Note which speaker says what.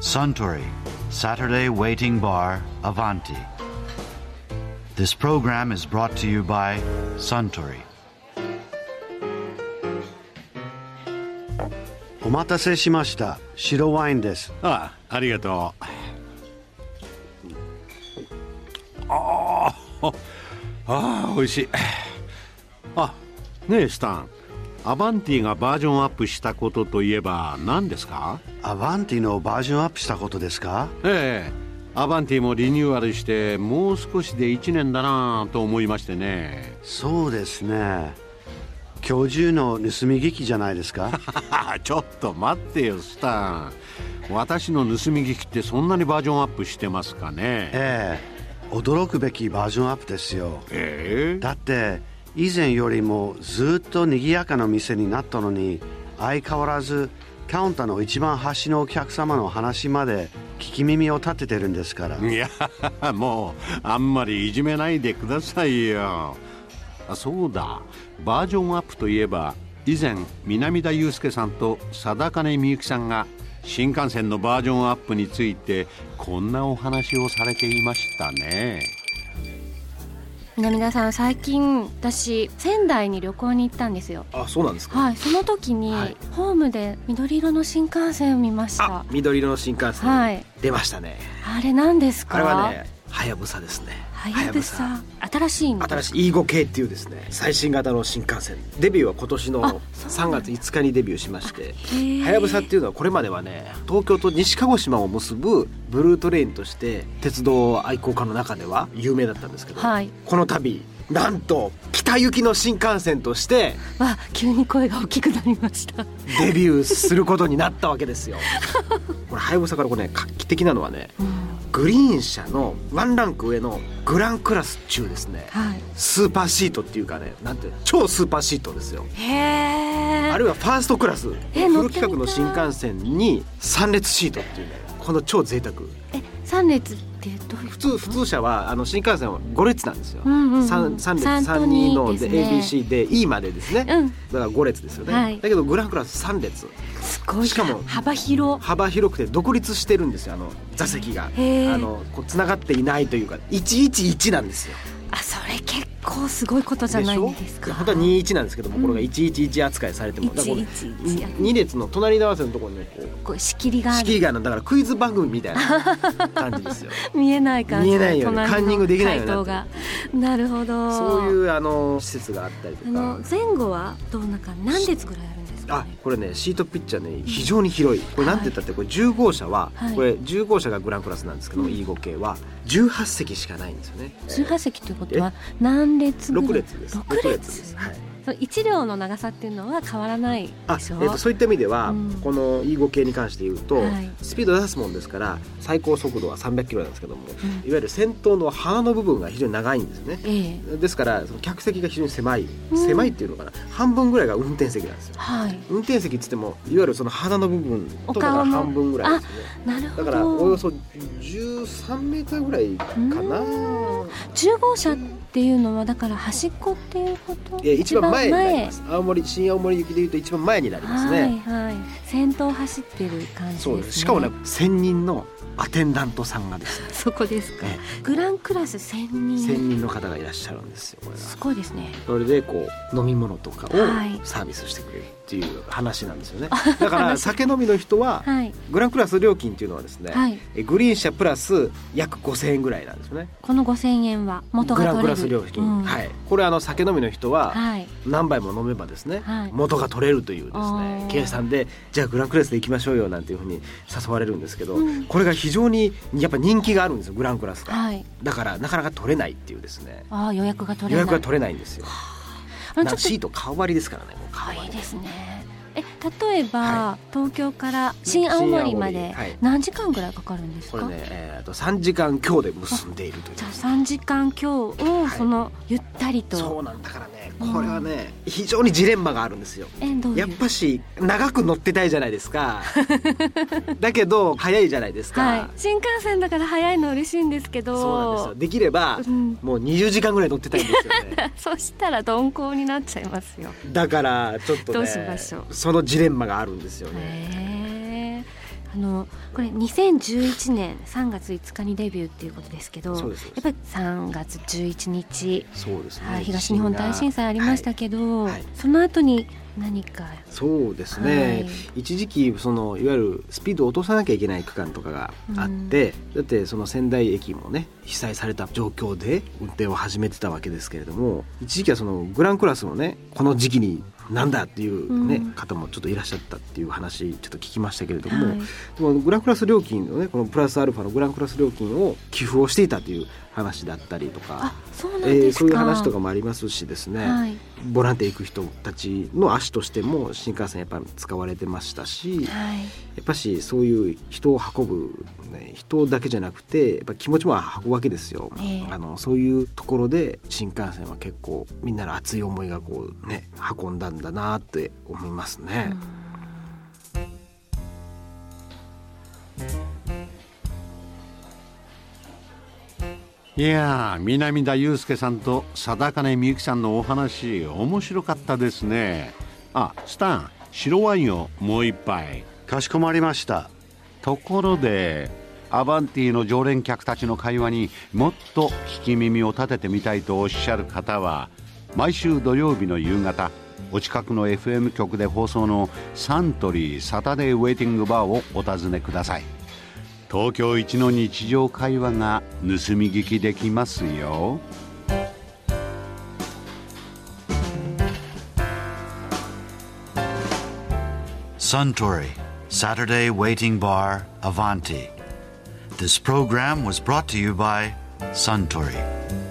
Speaker 1: Suntory, Saturday Waiting Bar, Avanti. This program is brought to you by Suntory.
Speaker 2: お待たせしました白ワインです
Speaker 3: ああありがとうああああ美味しいあねえスタンアバンティがバージョンアップしたことといえば何ですか
Speaker 2: アバンティのバージョンアップしたことですか
Speaker 3: ええアバンティもリニューアルしてもう少しで1年だなあと思いましてね
Speaker 2: そうですね今日中の盗み聞きじゃないです か
Speaker 3: ちょっと待ってよスタン私の盗み聞きってそんなにバージョンアップしてますかね
Speaker 2: ええ驚くべきバージョンアップですよ
Speaker 3: え
Speaker 2: だって以前よりもずっと賑やかな店になったのに相変わらずカウンターの一番端のお客様の話まで聞き耳を立ててるんですから
Speaker 3: いやもうあんまりいじめないでくださいよあそうだバージョンアップといえば以前南田祐介さんと貞金みゆきさんが新幹線のバージョンアップについてこんなお話をされていましたね
Speaker 4: 南田さん最近私仙台に旅行に行ったんですよ
Speaker 5: あそうなんですか
Speaker 4: はいその時に、
Speaker 5: はい
Speaker 4: ホームで緑色の新幹線を見ました
Speaker 5: あ緑色の新幹線、
Speaker 4: はい
Speaker 5: 出ましたね
Speaker 4: あれ何ですか
Speaker 5: あれはねはやぶさですね
Speaker 4: はやぶさ新しいの
Speaker 5: 新しい E5 系っていうですね最新型の新幹線デビューは今年
Speaker 4: あそう
Speaker 5: の3月5日にデビューしまして
Speaker 4: へえ
Speaker 5: はやぶさっていうのはこれまではね東京と西鹿児島を結ぶブルートレインとして鉄道愛好家の中では有名だったんですけど、
Speaker 4: はい
Speaker 5: この度なんと北行きの新幹線として
Speaker 4: わ急に声が大きくなりました
Speaker 5: デビューすることになったわけです よこれはやぶさからこれね画期的なのはねグリーン車のワンランク上のグランクラス中ですね
Speaker 4: はい
Speaker 5: スーパーシートっていうかねなんて超スーパーシートですよ
Speaker 4: へえ
Speaker 5: あるいはファーストクラス
Speaker 4: え
Speaker 5: フ
Speaker 4: 乗っ
Speaker 5: ル規
Speaker 4: てみたい
Speaker 5: 格の新幹線に3列シートっていうねこの超贅沢
Speaker 4: え三列ってどういう
Speaker 5: 普通普通車はあの新幹線は5列なんですよ、
Speaker 4: う
Speaker 5: 三
Speaker 4: んうんうん
Speaker 5: 三
Speaker 4: 三
Speaker 5: 列
Speaker 4: と
Speaker 5: 三人の
Speaker 4: 二で
Speaker 5: です
Speaker 4: ね
Speaker 5: ABC で E までですね、
Speaker 4: うん
Speaker 5: だから5列ですよね、
Speaker 4: はい
Speaker 5: だけどグランクラス3列
Speaker 4: すごい
Speaker 5: しかも
Speaker 4: 幅広
Speaker 5: 幅広くて独立してるんですよあの座席が
Speaker 4: へー
Speaker 5: あのこう繋がっていないというか111なんですよ
Speaker 4: あそれ結構すごいことじゃないんです
Speaker 5: でしょ
Speaker 4: か
Speaker 5: 本当は21なんですけども、
Speaker 4: うん
Speaker 5: これが111扱いされてもだからこう
Speaker 4: 111や
Speaker 5: 2列の隣り合わせのところにねこう
Speaker 4: こう仕切りがあ
Speaker 5: 仕切
Speaker 4: る
Speaker 5: りがあるだからクイズ番組みたい な感じですよ
Speaker 4: 見えない感じ
Speaker 5: 見えないように
Speaker 4: 隣の
Speaker 5: カンニングできないようになってる
Speaker 4: 回答がなるほど
Speaker 5: そういううあの施設があったり
Speaker 4: あ
Speaker 5: とか
Speaker 4: の前後はどんな感じ何列ぐらいあるんですか
Speaker 5: あ
Speaker 4: ね
Speaker 5: これねシートピッチャーね非常に広いこれなんて言ったってこれ10号車は、
Speaker 4: はい
Speaker 5: これ10号車がグランクラスなんですけども、E5 系は18席しかないんですよね
Speaker 4: 通過席ということは何列ぐらい
Speaker 5: 6列です
Speaker 4: 六列
Speaker 5: 六ですはい
Speaker 4: その一両の長さっていうのは変わらない
Speaker 5: あ
Speaker 4: で
Speaker 5: え
Speaker 4: しょ
Speaker 5: ー、とそういった意味では、
Speaker 4: うん
Speaker 5: この E5 系に関して言うと、
Speaker 4: はい
Speaker 5: スピード出すもんですから最高速度は300キロなんですけども、いわゆる先頭の鼻の部分が非常に長いんですよね
Speaker 4: ええ
Speaker 5: ですからその客席が非常に狭い、
Speaker 4: うん
Speaker 5: 狭いっていうのかな半分ぐらいが運転席なんですよ
Speaker 4: はい
Speaker 5: 運転席っつってもいわゆるその鼻の部分
Speaker 4: お
Speaker 5: とか
Speaker 4: 顔
Speaker 5: が
Speaker 4: の
Speaker 5: 半分ぐらいですよね
Speaker 4: なる
Speaker 5: だ
Speaker 4: ほど
Speaker 5: からおよそ13メーターぐらいかな
Speaker 4: 10号車っていうのはだから端っこっていうこと
Speaker 5: え一番前になります青森新青森行きでいうと一番前になりますね、
Speaker 4: はいはい先頭走ってる感じです、ね、
Speaker 5: そうですしかもね専任のアテンダントさんがですね
Speaker 4: そこですか
Speaker 5: え
Speaker 4: グランクラス1000人
Speaker 5: 専任の方がいらっしゃるんですよこれが
Speaker 4: すごいですね
Speaker 5: それでこう飲み物とかを
Speaker 4: はい
Speaker 5: サービスしてくれるっていう話なんですよね、だから酒飲みの人は
Speaker 4: はい
Speaker 5: グランクラス料金っていうのはですね、
Speaker 4: はい
Speaker 5: えグリーン車プラス約5000円ぐらいなんですよね
Speaker 4: この5000円は元
Speaker 5: グ
Speaker 4: が
Speaker 5: ラン
Speaker 4: 取れる
Speaker 5: クラス料金、
Speaker 4: うん
Speaker 5: はいこれあの酒飲みの人は
Speaker 4: はい
Speaker 5: 何杯も飲めばですね、
Speaker 4: はい
Speaker 5: 元が取れるというで
Speaker 4: あ
Speaker 5: す
Speaker 4: ー
Speaker 5: ね計算でじゃあグランクラスで行きましょうよなんていうふうに誘われるんですけど、
Speaker 4: うん
Speaker 5: これが非常にやっぱ人気があるんですよグランクラスが、
Speaker 4: はい
Speaker 5: だからなかなか取れないっていうですね
Speaker 4: ああ予約が取
Speaker 5: 予
Speaker 4: れない
Speaker 5: 約が取れないんですよ
Speaker 4: あ
Speaker 5: な
Speaker 4: の
Speaker 5: んか
Speaker 4: ち
Speaker 5: シ
Speaker 4: ょ
Speaker 5: ー
Speaker 4: っ
Speaker 5: ト顔割りですからねもう
Speaker 4: とか
Speaker 5: 顔
Speaker 4: わい
Speaker 5: 割
Speaker 4: い
Speaker 5: り
Speaker 4: ですねえ例えば、
Speaker 5: は
Speaker 4: 東京から新青森まで
Speaker 5: 新青森はい
Speaker 4: 何時間ぐらいかかるんです
Speaker 5: こ
Speaker 4: か、
Speaker 5: れね、えー、と3時間強で結んでいるという
Speaker 4: じゃあ3時間今日を
Speaker 5: い
Speaker 4: そのゆったり
Speaker 5: そう
Speaker 4: と、
Speaker 5: なんだからねこれはね、非常にジレンマがあるんですよ
Speaker 4: えどういう
Speaker 5: やっぱし長く乗ってたいじゃないです かだけど早いじゃないですか、
Speaker 4: はい、新幹線だから早いの嬉しいんですけど
Speaker 5: そうなんですよできれば、
Speaker 4: うん
Speaker 5: もう20時間ぐらい乗ってたいんですよね
Speaker 4: そしたら鈍行になっちゃいますよ
Speaker 5: だからちょっとね
Speaker 4: どうしましょ
Speaker 5: そのジレンマがあるんですよね
Speaker 4: へえあのこれ2011年3月5日にデビューっていうことですけど
Speaker 5: そうですそう
Speaker 4: や
Speaker 5: で
Speaker 4: っぱり3月11日、
Speaker 5: そうですね
Speaker 4: はい、東日本大震災ありましたけど、
Speaker 5: はいはい
Speaker 4: その後に何か
Speaker 5: そうです
Speaker 4: は
Speaker 5: ね、
Speaker 4: い
Speaker 5: 一時期そのいわゆるスピードを落とさなきゃいけない区間とかがあって、だってその仙台駅もね被災された状況で運転を始めてたわけですけれども一時期はそのグランクラスもねこの時期になんだっていう、ね
Speaker 4: うん
Speaker 5: 方もちょっといらっしゃったっていう話ちょっと聞きましたけれども、
Speaker 4: はい
Speaker 5: でもグランクラス料金のねこのプラスアルファのグランクラス料金を寄付をしていたという話だったりとか
Speaker 4: あ。そうなん
Speaker 5: えー
Speaker 4: ですか、
Speaker 5: そういう話とかもありますしですね、
Speaker 4: はい
Speaker 5: ボランティア行く人たちの足としても新幹線やっぱり使われてましたしや
Speaker 4: はい
Speaker 5: っぱしそういう人を運ぶ、ね、人だけじゃなくてやっぱ気持ちも運ぶわけですよ、
Speaker 4: ええ
Speaker 5: あのそういうところで新幹線は結構みんなの熱い思いがこうね運んだんだなって思いますね。
Speaker 3: いやあ南田祐介さんと貞金みゆきさんのお話面白かったですねあスタン白ワインをもう一杯
Speaker 2: かしこまりました
Speaker 3: ところでアバンティの常連客たちの会話にもっと聞き耳を立ててみたいとおっしゃる方は毎週土曜日の夕方お近くの FM 局で放送のサントリーサタデーウェイティングバーをお尋ねください東京一の日常会話が盗み聞きできますよ
Speaker 1: Suntory, Saturday Waiting Bar, Avanti. This program was brought to you by Suntory.